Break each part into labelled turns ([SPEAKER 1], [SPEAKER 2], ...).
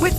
[SPEAKER 1] With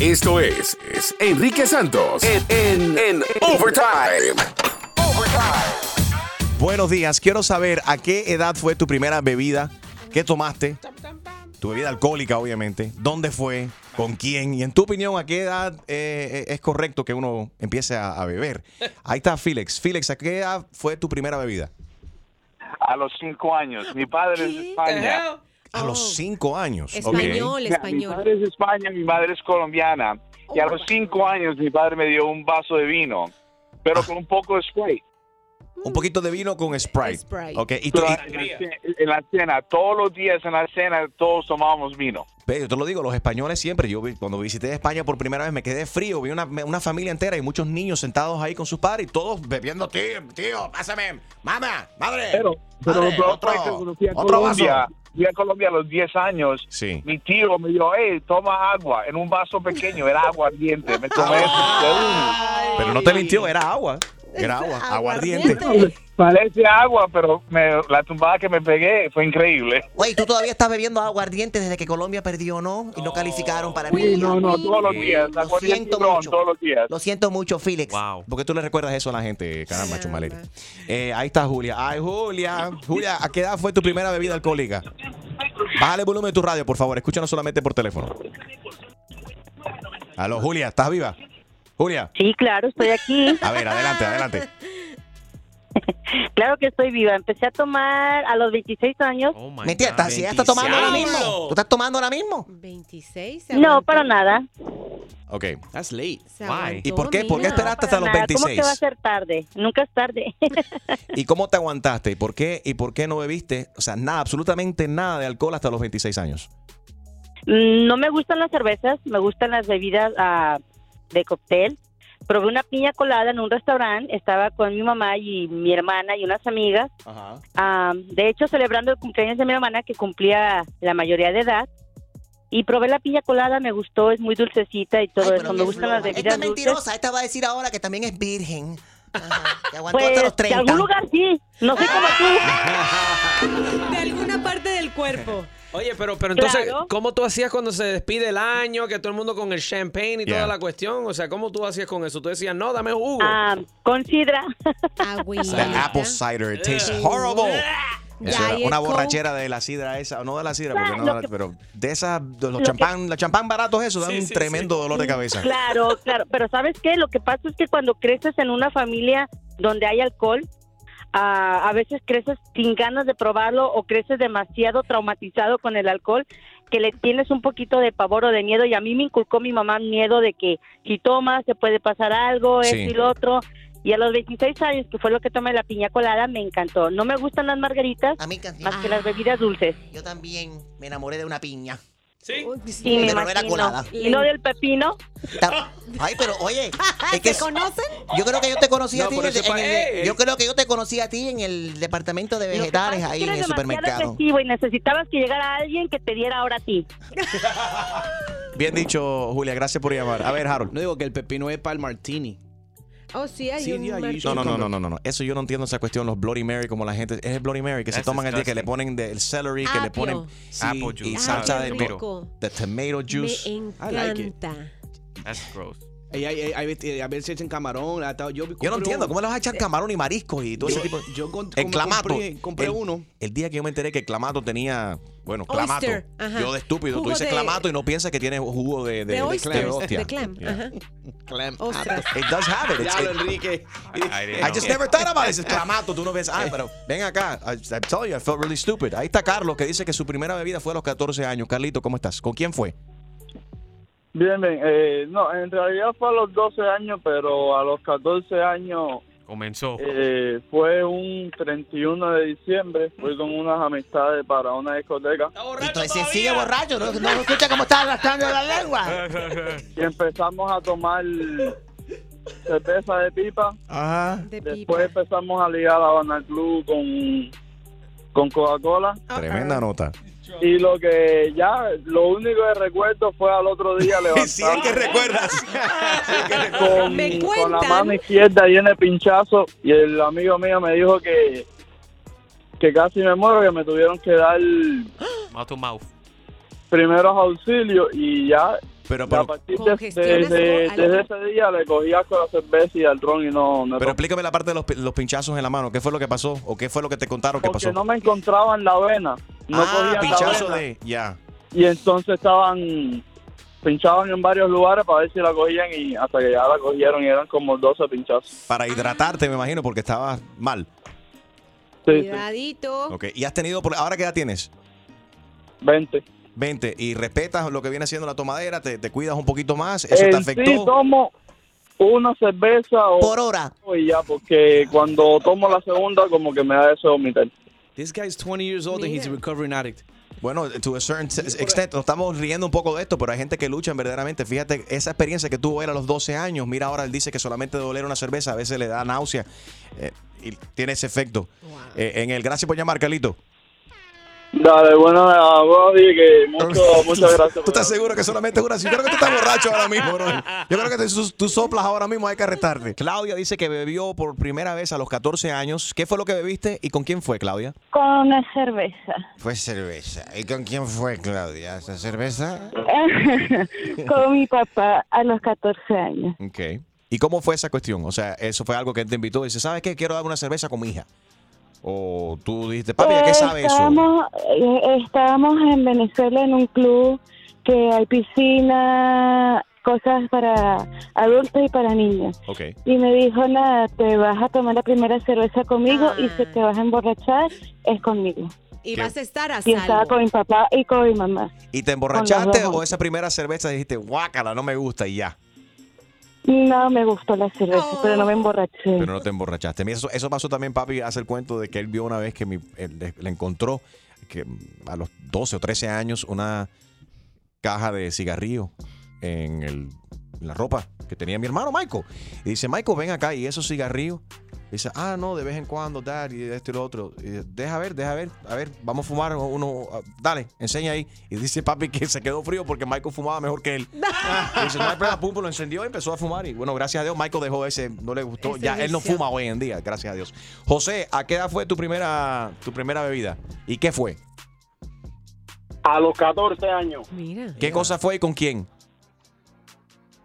[SPEAKER 2] Esto es, es Enrique Santos en, en, en Overtime.
[SPEAKER 3] Buenos días, quiero saber a qué edad fue tu primera bebida, qué tomaste, tu bebida alcohólica obviamente, dónde fue, con quién y en tu opinión a qué edad eh, es correcto que uno empiece a, a beber. Ahí está Félix. Félix, ¿a qué edad fue tu primera bebida?
[SPEAKER 4] A los cinco años. Mi padre es de España.
[SPEAKER 3] A los cinco años. ok.
[SPEAKER 5] Oh, Español,
[SPEAKER 4] Mira, Mi
[SPEAKER 5] español.
[SPEAKER 4] padre es de España, mi madre es colombiana. Y a los cinco años mi padre me dio un vaso de vino, pero con un poco de Sprite.
[SPEAKER 3] Un poquito de vino con Sprite.
[SPEAKER 5] Sprite.
[SPEAKER 3] Ok, y tú-
[SPEAKER 4] Pero
[SPEAKER 3] y-
[SPEAKER 4] en la ce- en la cena, todos los días en la cena todos tomábamos vino.
[SPEAKER 3] Ve, yo te lo digo, los españoles siempre. Yo vi- cuando visité España por primera vez me quedé frío, vi una, me- una familia entera y muchos niños sentados ahí con sus padres y todos bebiendo, tío, tío, pásame, mamá, madre.
[SPEAKER 4] Pero, pero
[SPEAKER 3] madre,
[SPEAKER 4] lo peor
[SPEAKER 3] otro,
[SPEAKER 4] fue que cuando fui a
[SPEAKER 3] otro
[SPEAKER 4] Colombia,
[SPEAKER 3] vaso.
[SPEAKER 4] fui a Colombia a los 10 años,
[SPEAKER 3] Sí.
[SPEAKER 4] mi tío me dijo, hey, toma agua, en un vaso pequeño, era agua ardiente, me tomé
[SPEAKER 3] Ah.
[SPEAKER 4] eso.
[SPEAKER 3] Pero no te mintió, era agua. Era agua, aguardiente.
[SPEAKER 4] "Mm, Parece agua, pero me- la tumbada que me pegué fue increíble.
[SPEAKER 6] Güey, tú todavía estás bebiendo aguardiente desde que Colombia perdió, ¿no? Y no calificaron para
[SPEAKER 4] Sí,
[SPEAKER 6] mí.
[SPEAKER 4] no, no, todos los días.
[SPEAKER 6] Lo
[SPEAKER 4] aguardiente
[SPEAKER 6] siento
[SPEAKER 4] y ron,
[SPEAKER 6] mucho.
[SPEAKER 4] todos los días.
[SPEAKER 6] Lo siento mucho, Félix.
[SPEAKER 3] Wow. ¿Por qué tú le recuerdas eso a la gente, caramba, chumalete? Eh, ahí está Julia. Ay, Julia. Julia, ¿a qué edad fue tu primera bebida alcohólica? Bájale el volumen de tu radio, por favor. Escúchanos solamente por teléfono. Aló, Julia, ¿estás viva? Julia.
[SPEAKER 7] Sí, claro, estoy aquí.
[SPEAKER 3] A ver, adelante, adelante.
[SPEAKER 7] Claro que estoy viva. Empecé a tomar a los 26 años.
[SPEAKER 3] Oh.
[SPEAKER 6] Mentira, estás, si ya estás tomando ahora mismo. ¿Tú estás tomando ahora mismo?
[SPEAKER 8] 26. se
[SPEAKER 7] No,
[SPEAKER 8] aguantó.
[SPEAKER 7] para nada.
[SPEAKER 3] Ok.
[SPEAKER 9] That's late.
[SPEAKER 8] Se
[SPEAKER 9] Why?
[SPEAKER 8] aguantó,
[SPEAKER 3] ¿Y por qué? ¿Por qué
[SPEAKER 8] mira.
[SPEAKER 3] esperaste hasta
[SPEAKER 7] para
[SPEAKER 3] los
[SPEAKER 7] nada. ¿Cómo que va a
[SPEAKER 3] 26?
[SPEAKER 7] ser tarde? Nunca es tarde.
[SPEAKER 3] ¿Y cómo te aguantaste? ¿Y por qué? ¿Y por qué no bebiste? O sea, nada, absolutamente nada de alcohol hasta los 26 años.
[SPEAKER 7] Mm, no me gustan las cervezas, me gustan las bebidas ah, de cóctel. Probé una piña colada en un restaurante. Estaba con mi mamá y mi hermana y unas amigas.
[SPEAKER 3] Ajá.
[SPEAKER 7] Ah, de hecho, celebrando el cumpleaños de mi hermana, que cumplía la mayoría de edad. Y probé la piña colada, me gustó, es muy dulcecita y todo
[SPEAKER 6] Ay, pero
[SPEAKER 7] eso. Me
[SPEAKER 6] qué
[SPEAKER 7] gustan
[SPEAKER 6] floja.
[SPEAKER 7] las
[SPEAKER 6] Esta
[SPEAKER 7] bebidas
[SPEAKER 6] es
[SPEAKER 7] dulces.
[SPEAKER 6] mentirosa. Esta va a decir ahora que también es virgen. Ajá, que aguantó hasta
[SPEAKER 7] Pues,
[SPEAKER 6] los
[SPEAKER 7] de
[SPEAKER 6] 30.
[SPEAKER 7] algún lugar sí. No sé cómo tú.
[SPEAKER 8] De alguna parte del cuerpo.
[SPEAKER 9] Oye, pero, pero entonces,
[SPEAKER 7] Claro.
[SPEAKER 9] ¿cómo tú hacías cuando se despide el año, que todo el mundo con el champagne y
[SPEAKER 3] Yeah.
[SPEAKER 9] toda la cuestión? O sea, ¿cómo tú hacías con eso? Tú decías, no, dame jugo.
[SPEAKER 7] Ah, considera.
[SPEAKER 8] Agüita.
[SPEAKER 3] The apple cider it tastes horrible. Eso era
[SPEAKER 8] Diet
[SPEAKER 3] una
[SPEAKER 8] Coke.
[SPEAKER 3] borrachera de la sidra esa, no de la sidra, porque no,
[SPEAKER 7] Lo que-
[SPEAKER 3] pero de esas, de los
[SPEAKER 7] que-
[SPEAKER 3] champán, los champán baratos, eso dan un tremendo dolor de cabeza.
[SPEAKER 7] Claro, claro. Pero ¿sabes qué? Lo que pasa es que cuando creces en una familia donde hay alcohol, ah, a veces creces sin ganas de probarlo o creces demasiado traumatizado con el alcohol que le tienes un poquito de pavor o de miedo y a mí me inculcó mi mamá miedo de que si tomas te puede pasar algo,
[SPEAKER 3] Sí.
[SPEAKER 7] esto y lo otro. Y a los 26 años, que fue lo que tomé la piña colada, me encantó. No me gustan las margaritas,
[SPEAKER 6] A mí casi-
[SPEAKER 7] más que las bebidas dulces.
[SPEAKER 6] Yo también me enamoré de una piña.
[SPEAKER 9] Sí.
[SPEAKER 8] Uy,
[SPEAKER 7] Sí, me
[SPEAKER 6] Pero no era
[SPEAKER 7] imagino.
[SPEAKER 6] colada.
[SPEAKER 7] Y lo del pepino,
[SPEAKER 6] Ta- Ay, pero oye, es que
[SPEAKER 8] ¿Se conocen?
[SPEAKER 6] yo creo que yo te conocí
[SPEAKER 9] No,
[SPEAKER 6] a ti
[SPEAKER 9] por
[SPEAKER 6] en el,
[SPEAKER 9] eso pa-
[SPEAKER 6] en el-
[SPEAKER 9] ¡Ey!
[SPEAKER 6] yo creo que yo te conocí a ti en el departamento de
[SPEAKER 7] Lo que
[SPEAKER 6] vegetales
[SPEAKER 7] pasa es que
[SPEAKER 6] ahí en
[SPEAKER 7] eres
[SPEAKER 6] el
[SPEAKER 7] demasiado
[SPEAKER 6] supermercado.
[SPEAKER 7] agresivo y necesitabas que llegara alguien que te diera ahora a ti.
[SPEAKER 3] Bien dicho, Julia, gracias por llamar. A ver, Harold.
[SPEAKER 9] No digo que el pepino es para el martini.
[SPEAKER 8] Oh, sí, hay
[SPEAKER 9] Sí,
[SPEAKER 8] un
[SPEAKER 9] yeah, you
[SPEAKER 8] martillo.
[SPEAKER 3] No, no, no, no, no, no, no. Eso yo no entiendo esa cuestión, los Bloody Mary, como la gente. Es el Bloody Mary que se
[SPEAKER 9] That's
[SPEAKER 3] toman el día que le
[SPEAKER 9] disgusting.
[SPEAKER 3] ponen del celery, que le
[SPEAKER 8] Apio.
[SPEAKER 3] ponen sí,
[SPEAKER 9] Apple
[SPEAKER 3] y
[SPEAKER 9] juice.
[SPEAKER 3] salsa
[SPEAKER 8] Ah,
[SPEAKER 3] de,
[SPEAKER 8] qué rico.
[SPEAKER 3] de tomato
[SPEAKER 8] Me
[SPEAKER 3] juice.
[SPEAKER 9] like it.
[SPEAKER 8] encanta.
[SPEAKER 9] a ver si echan camarón. atado. Yo,
[SPEAKER 3] Yo
[SPEAKER 9] compré
[SPEAKER 3] no entiendo,
[SPEAKER 9] un-
[SPEAKER 3] ¿cómo le vas a echar camarón y mariscos y todo ese tipo? de-
[SPEAKER 9] eh, Yo con-
[SPEAKER 3] El
[SPEAKER 9] como
[SPEAKER 3] clamato.
[SPEAKER 9] compré, compré
[SPEAKER 3] el,
[SPEAKER 9] uno.
[SPEAKER 3] El día que yo me enteré que clamato tenía. Bueno, clamato.
[SPEAKER 8] Oyster, ajá.
[SPEAKER 3] Yo de estúpido.
[SPEAKER 8] Jugo
[SPEAKER 3] tú dices
[SPEAKER 8] de-
[SPEAKER 3] clamato y no piensas que tiene jugo de.
[SPEAKER 8] De, oysters,
[SPEAKER 3] hostia.
[SPEAKER 8] de clam.
[SPEAKER 3] Yeah.
[SPEAKER 8] Ajá.
[SPEAKER 9] Clam.
[SPEAKER 8] Ostras.
[SPEAKER 3] It does have it. It's-
[SPEAKER 9] Diablo,
[SPEAKER 3] it-
[SPEAKER 9] Enrique.
[SPEAKER 3] I just never thought about it. Es clamato. Tú no piensas. Ah, pero ven acá. I, I tell you, I felt really stupid. Ahí está Carlos que dice que su primera bebida fue a los 14 años. Carlito, ¿cómo estás? ¿Con quién fue?
[SPEAKER 4] Bien, bien. eh, no, en realidad fue a los 12 años, pero a los 14 años
[SPEAKER 10] Comenzó.
[SPEAKER 11] Eh, fue un 31 de diciembre. Fui con unas amistades para una discoteca.
[SPEAKER 6] Entonces sigue borracho, no, no escucha cómo está arrastrando la lengua.
[SPEAKER 11] Y empezamos a tomar cerveza de pipa.
[SPEAKER 3] Ajá.
[SPEAKER 11] Después empezamos a ligar a Habana Club con, con Coca-Cola.
[SPEAKER 3] Tremenda nota.
[SPEAKER 11] Y lo que ya, lo único que recuerdo fue al otro día levantar.
[SPEAKER 3] sí, es que recuerdas.
[SPEAKER 11] con, con la mano izquierda llena de pinchazo. Y el amigo mío me dijo que, que casi me muero, que me tuvieron que dar
[SPEAKER 10] Mouth to mouth.
[SPEAKER 11] primeros auxilios. Y ya,
[SPEAKER 3] Ah, pero,
[SPEAKER 11] a partir de, de- de- desde ese día le cogí asco a la cerveza y al ron y no, no
[SPEAKER 3] Pero explícame la parte de los, pi- los pinchazos en la mano. ¿Qué fue lo que pasó? ¿O qué fue lo que te contaron que
[SPEAKER 11] porque
[SPEAKER 3] pasó?
[SPEAKER 11] no me encontraban la vena. No
[SPEAKER 3] ah,
[SPEAKER 11] cogían
[SPEAKER 3] pinchazo
[SPEAKER 11] la vena.
[SPEAKER 3] de... Ya.
[SPEAKER 11] Y entonces estaban pinchaban en varios lugares para ver si la cogían y hasta que ya la cogieron y eran como 12 pinchazos.
[SPEAKER 3] Para hidratarte, me imagino, porque estabas mal.
[SPEAKER 8] Cuidadito.
[SPEAKER 3] Ok. ¿Y has tenido... pro- ¿Ahora qué edad tienes?
[SPEAKER 11] 20.
[SPEAKER 3] 20. ¿Y respetas lo que viene siendo la tomadera? ¿Te, te cuidas un poquito más? ¿Eso
[SPEAKER 11] En
[SPEAKER 3] te
[SPEAKER 11] Eh, Sí,
[SPEAKER 3] afectó?
[SPEAKER 11] tomo una cerveza o
[SPEAKER 6] Por hora.
[SPEAKER 11] Y ya, porque cuando tomo la segunda como que me da eso de vomitar.
[SPEAKER 12] This guy's 20 years old and he's a recovering addict.
[SPEAKER 3] Bueno, to a certain extent, nos estamos riendo un poco de esto, pero hay gente que lucha verdaderamente. Fíjate, esa experiencia que tuvo él a los 12 años, mira ahora él dice que solamente de oler una cerveza a veces le da náusea eh, y tiene ese efecto. Eh, en el, gracias por llamar, Carlito.
[SPEAKER 11] Dale, bueno, nada, bueno, dije que mucho- muchas gracias.
[SPEAKER 3] ¿Tú estás seguro que solamente es una? Yo creo que tú estás borracho ahora mismo, bro. Yo creo que te- tú, tú soplas ahora mismo, hay que arrestarte. Claudia dice que bebió por primera vez a los 14 años. ¿Qué fue lo que bebiste y con quién fue, Claudia?
[SPEAKER 7] Con una cerveza.
[SPEAKER 13] Fue cerveza. ¿Y con quién fue, Claudia? ¿Esa cerveza?
[SPEAKER 7] Con mi papá a los 14 años.
[SPEAKER 3] Ok. ¿Y cómo fue esa cuestión? O sea, eso fue algo que él te invitó. Dice, ¿sabes qué? Quiero dar una cerveza con mi hija. O tú dijiste, papi, ¿a qué
[SPEAKER 7] Eh,
[SPEAKER 3] sabe eso?
[SPEAKER 7] estábamos, eh, estábamos en Venezuela en un club que hay piscina, cosas para adultos y para niños.
[SPEAKER 3] Ok.
[SPEAKER 7] Y me dijo, nada, te vas a tomar la primera cerveza conmigo y si te vas a emborrachar es conmigo.
[SPEAKER 8] Y vas a estar a
[SPEAKER 7] Y estaba
[SPEAKER 8] salvo.
[SPEAKER 7] con mi papá y con mi mamá.
[SPEAKER 3] ¿Y te
[SPEAKER 7] Con los
[SPEAKER 3] emborrachaste
[SPEAKER 7] dos.
[SPEAKER 3] o esa primera cerveza dijiste, guácala, no me gusta y ya?
[SPEAKER 7] No me gustó la cerveza, pero no me emborraché.
[SPEAKER 3] Pero no te emborrachaste. Mira, eso, eso pasó también, papi, hace el cuento de que él vio una vez que mi- él le, le encontró que a los 12 o 13 años una caja de cigarrillo en, el- en la ropa que tenía mi hermano Michael. Y dice, Michael, ven acá, y esos cigarrillos. Dice, ah, no, de vez en cuando, dad, y esto y lo otro. Y dice, deja ver, deja ver, a ver, vamos a fumar uno, ah, dale, enseña ahí. Y dice papi que se quedó frío porque Michael fumaba mejor que él. Y dice, no hay problema, pum, pum, lo encendió y empezó a fumar. Y bueno, gracias a Dios, Michael dejó ese, no le gustó.
[SPEAKER 14] Ese
[SPEAKER 3] ya él no
[SPEAKER 14] vicio.
[SPEAKER 3] fuma hoy en día, gracias a Dios. José, ¿a qué edad fue tu primera, tu primera bebida? ¿Y qué fue?
[SPEAKER 4] A los 14 años.
[SPEAKER 8] Mira.
[SPEAKER 3] ¿Qué cosa fue y con quién?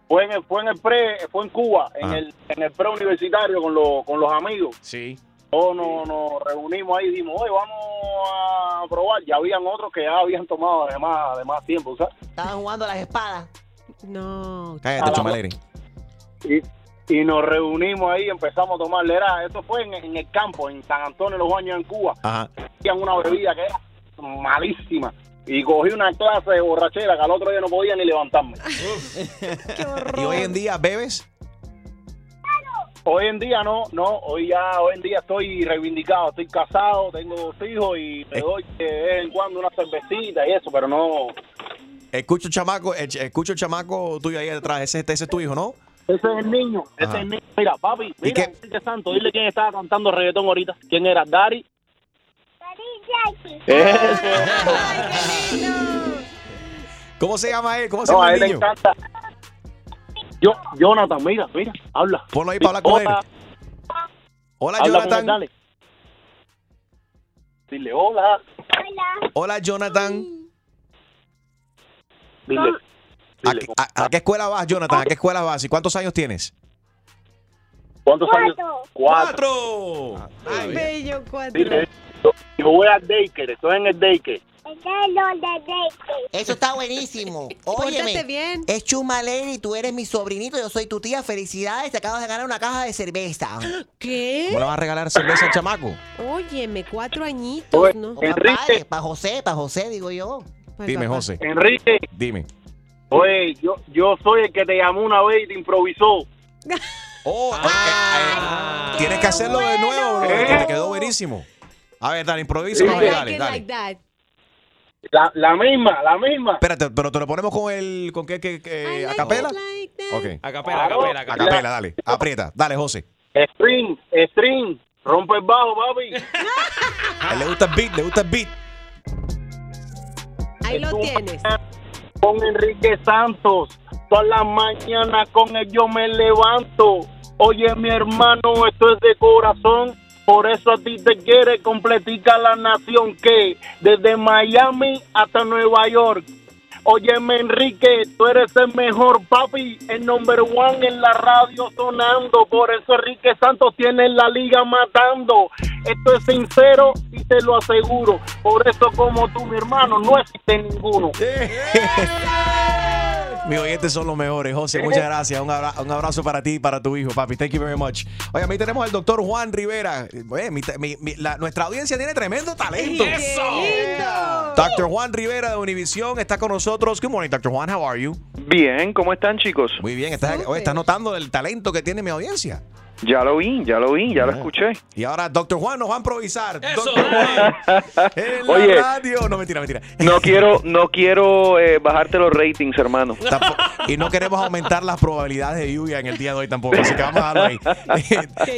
[SPEAKER 4] Fue en el, fue en el pre, fue en Cuba, en
[SPEAKER 3] Ah.
[SPEAKER 4] el, en el pre universitario con, los con los amigos.
[SPEAKER 3] Sí.
[SPEAKER 4] Todos nos, nos reunimos ahí y dijimos, oye, vamos a probar. Ya habían otros que ya habían tomado además, además tiempo, ¿sabes?
[SPEAKER 6] Estaban jugando a las espadas.
[SPEAKER 8] No.
[SPEAKER 4] A
[SPEAKER 3] Cállate,
[SPEAKER 4] la-
[SPEAKER 3] Chumaleri.
[SPEAKER 4] Y, y nos reunimos ahí y empezamos a tomar. Era, eso fue en, en el campo, en San Antonio, los baños en Cuba.
[SPEAKER 3] Ajá.
[SPEAKER 4] Hacían una bebida que era malísima. Y cogí una clase de borrachera que al otro día no podía ni levantarme.
[SPEAKER 3] ¿Y hoy en día bebes?
[SPEAKER 4] Hoy en día no, no, hoy ya, hoy en día estoy reivindicado, estoy casado, tengo dos hijos y me doy de vez en cuando una cervecita y eso, pero no.
[SPEAKER 3] Escucho chamaco, eh, ch- escucho chamaco tuyo ahí detrás. Ese, este- ese es tu hijo, ¿no?
[SPEAKER 4] Ese es el niño, ese
[SPEAKER 3] Ajá.
[SPEAKER 4] es el niño. Mira, papi,
[SPEAKER 3] ¿Y
[SPEAKER 4] mira, Enrique Santos, dile quién estaba cantando reggaetón ahorita. ¿Quién era? ¿Dari? Eh,
[SPEAKER 3] ¿Cómo se llama él? ¿Cómo se
[SPEAKER 4] No,
[SPEAKER 3] llama el
[SPEAKER 4] a él le
[SPEAKER 3] niño?
[SPEAKER 4] encanta. Yo, Jonathan, mira, mira, habla.
[SPEAKER 3] Ponlo ahí para hablar con él.
[SPEAKER 4] Hola.
[SPEAKER 3] Hola,
[SPEAKER 4] Habla con
[SPEAKER 3] Jonathan.
[SPEAKER 4] él, dale. Dile hola.
[SPEAKER 3] Hola, Jonathan.
[SPEAKER 4] Dile.
[SPEAKER 3] ¿A, qué- a- a qué escuela vas, Jonathan? ¿A qué escuela vas? ¿Y cuántos años tienes?
[SPEAKER 4] ¿Cuántos años?
[SPEAKER 3] ¡Cuatro!
[SPEAKER 8] Ay, bello, cuatro.
[SPEAKER 4] Dile, yo, yo voy al daycare, estoy en el daycare.
[SPEAKER 6] Eso está buenísimo. Óyeme,
[SPEAKER 8] Pórtate bien.
[SPEAKER 3] Eh,
[SPEAKER 6] es Chumaleri, tú eres mi sobrinito, yo soy tu tía. Felicidades, te acabas de ganar una caja de cerveza.
[SPEAKER 8] ¿Qué?
[SPEAKER 3] ¿Cómo le vas a regalar cerveza al chamaco?
[SPEAKER 8] Óyeme, cuatro añitos, ¿no?
[SPEAKER 6] Enrique. Para José, para José, digo yo.
[SPEAKER 14] Pues
[SPEAKER 3] Dime, José.
[SPEAKER 4] Enrique.
[SPEAKER 3] Dime.
[SPEAKER 4] Oye, yo, yo soy el que te llamó una vez y te improvisó.
[SPEAKER 9] Ah,
[SPEAKER 3] Oh, eh, eh, tienes que hacerlo de nuevo, bro. que te quedó buenísimo. A ver, dale, improvisa.
[SPEAKER 8] I
[SPEAKER 3] a ver,
[SPEAKER 8] like
[SPEAKER 3] dale,
[SPEAKER 8] it
[SPEAKER 3] dale.
[SPEAKER 8] like that.
[SPEAKER 15] La, la misma, la misma.
[SPEAKER 3] Espérate, pero te lo ponemos con el. ¿Con qué? qué, qué ¿A capela? Ok.
[SPEAKER 9] A capela, a capela, a
[SPEAKER 3] A
[SPEAKER 9] capela.
[SPEAKER 3] capela, dale. Aprieta. Dale, José.
[SPEAKER 15] String, string, rompe el bajo, papi.
[SPEAKER 3] A él le gusta el beat, le gusta el beat.
[SPEAKER 8] Ahí lo tienes.
[SPEAKER 15] Con Enrique Santos, todas las mañanas con él yo me levanto. Oye, mi hermano, esto es de corazón. Por eso a ti te quiere completica la nación que desde Miami hasta Nueva York. Óyeme, Enrique, tú eres el mejor papi, el number one en la radio sonando. Por eso Enrique Santos tiene la liga matando. Esto es sincero y te lo aseguro. Por eso, como tú, mi hermano, no existe ninguno.
[SPEAKER 3] Mis oyentes son los mejores, José. Muchas gracias. Un abra- un abrazo, para ti y para tu hijo, papi. Thank you very much. Oye, a mí tenemos al doctor Juan Rivera. Eh, mi- mi- mi- la- nuestra audiencia tiene tremendo talento. Doctor Juan Rivera de Univisión está con nosotros. Good morning, Doctor Juan. How are you?
[SPEAKER 4] Bien, ¿cómo están chicos?
[SPEAKER 3] Muy bien, estás, oye, estás notando el talento que tiene mi audiencia.
[SPEAKER 4] Ya lo vi, ya lo vi, ya lo escuché.
[SPEAKER 3] Y ahora, Doctor Juan nos va a improvisar. Dr. En la
[SPEAKER 4] Oye.
[SPEAKER 3] radio. No, mentira, mentira.
[SPEAKER 4] No quiero, no quiero eh, bajarte los ratings, hermano.
[SPEAKER 3] Y no queremos aumentar las probabilidades de lluvia en el día de hoy tampoco, así que vamos a dejarlo ahí.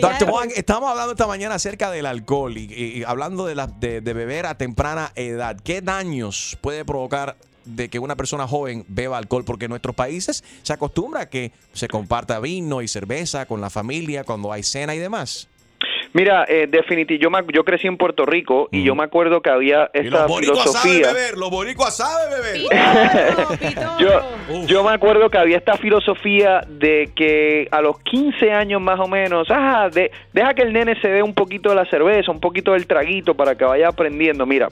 [SPEAKER 3] Doctor Juan, estamos hablando esta mañana acerca del alcohol y, y- y hablando de, la- de- de beber a temprana edad. ¿Qué daños puede provocar de que una persona joven beba alcohol? Porque en nuestros países se acostumbra a que se comparta vino y cerveza con la familia cuando hay cena y demás.
[SPEAKER 4] Mira, eh, definitivamente, yo, me- yo crecí en Puerto Rico y yo me acuerdo que había esta filosofía.
[SPEAKER 3] los boricuas saben beber.
[SPEAKER 4] Yo, yo me acuerdo que había esta filosofía de que a los 15 años más o menos, ah, de- deja que el nene se dé un poquito de la cerveza, un poquito del traguito para que vaya aprendiendo. Mira,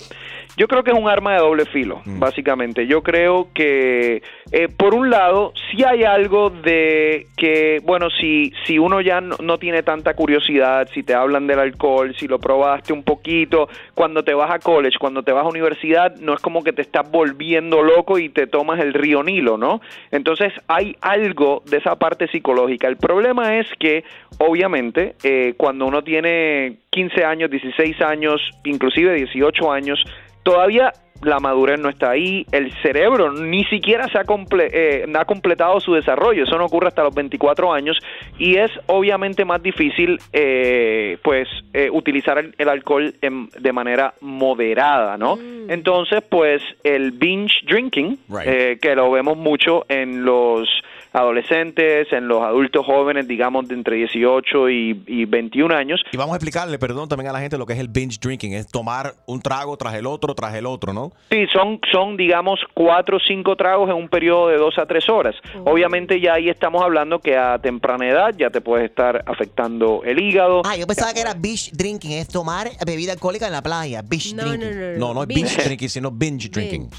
[SPEAKER 4] yo creo que es un arma de doble filo, básicamente. Yo creo que, eh, por un lado, si hay algo de que, bueno, si, si uno ya no, no tiene tanta curiosidad, si te hablan del alcohol, si lo probaste un poquito, cuando te vas a college, cuando te vas a universidad, no es como que te estás volviendo loco y te tomas el río Nilo, ¿no? Entonces hay algo de esa parte psicológica. El problema es que, obviamente, eh, cuando uno tiene 15 años, 16 años, inclusive 18 años, todavía la madurez no está ahí, el cerebro ni siquiera se ha, comple- eh, ha completado su desarrollo, eso no ocurre hasta los 24 años y es obviamente más difícil eh, pues eh, utilizar el, el alcohol en- de manera moderada, ¿no? Entonces pues el binge drinking, eh, que lo vemos mucho en los adolescentes, en los adultos jóvenes, digamos de entre 18 y, y 21 años,
[SPEAKER 3] Y vamos a explicarle, perdón, también a la gente lo que es el binge drinking, es tomar un trago tras el otro, tras el otro, ¿no?
[SPEAKER 4] Sí, son, son digamos, cuatro o cinco tragos en un periodo de dos a tres horas. Obviamente ya ahí estamos hablando que a temprana edad ya te puede estar afectando el hígado.
[SPEAKER 6] Ah, yo pensaba que era beach drinking, es tomar bebida alcohólica en la playa. Beach drinking. Ah,
[SPEAKER 3] No, no es binge drinking, sino binge drinking.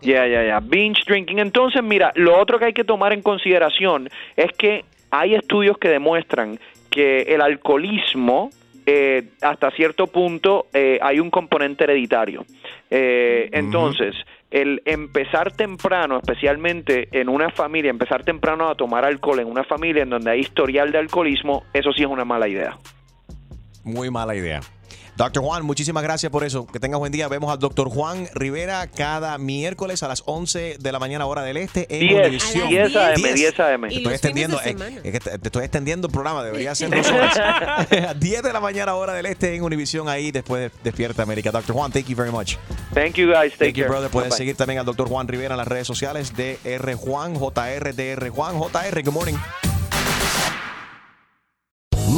[SPEAKER 4] Ya, ya, ya. Binge drinking. Entonces, mira, lo otro que hay que tomar en consideración es que hay estudios que demuestran que el alcoholismo, eh, hasta cierto punto, eh, hay un componente hereditario. Eh, Entonces, el empezar temprano, especialmente en una familia, empezar temprano a tomar alcohol en una familia en donde hay historial de alcoholismo, eso sí es una mala idea.
[SPEAKER 3] Muy mala idea. Doctor Juan, muchísimas gracias por eso. Que tengas buen día. Vemos al Doctor Juan Rivera cada miércoles a las 11 de la mañana, hora del este, en
[SPEAKER 4] Diez.
[SPEAKER 3] Univisión.
[SPEAKER 4] A las 10 AM, 10 AM.
[SPEAKER 3] Te
[SPEAKER 4] Y
[SPEAKER 3] estoy
[SPEAKER 4] los fines de
[SPEAKER 3] extendiendo, eh,
[SPEAKER 4] semana.
[SPEAKER 3] es que te, te estoy extendiendo el programa, debería ser dos horas. a 10 de la mañana, hora del este, en Univisión, ahí después de- Despierta América. Doctor Juan, thank you very much.
[SPEAKER 4] Thank you guys. Take
[SPEAKER 3] Thank you,
[SPEAKER 4] care.
[SPEAKER 3] brother. Pueden
[SPEAKER 4] Bye-bye.
[SPEAKER 3] seguir también al doctor Juan Rivera en las redes sociales, DR Juan, JR, DR Juan, JR, good morning.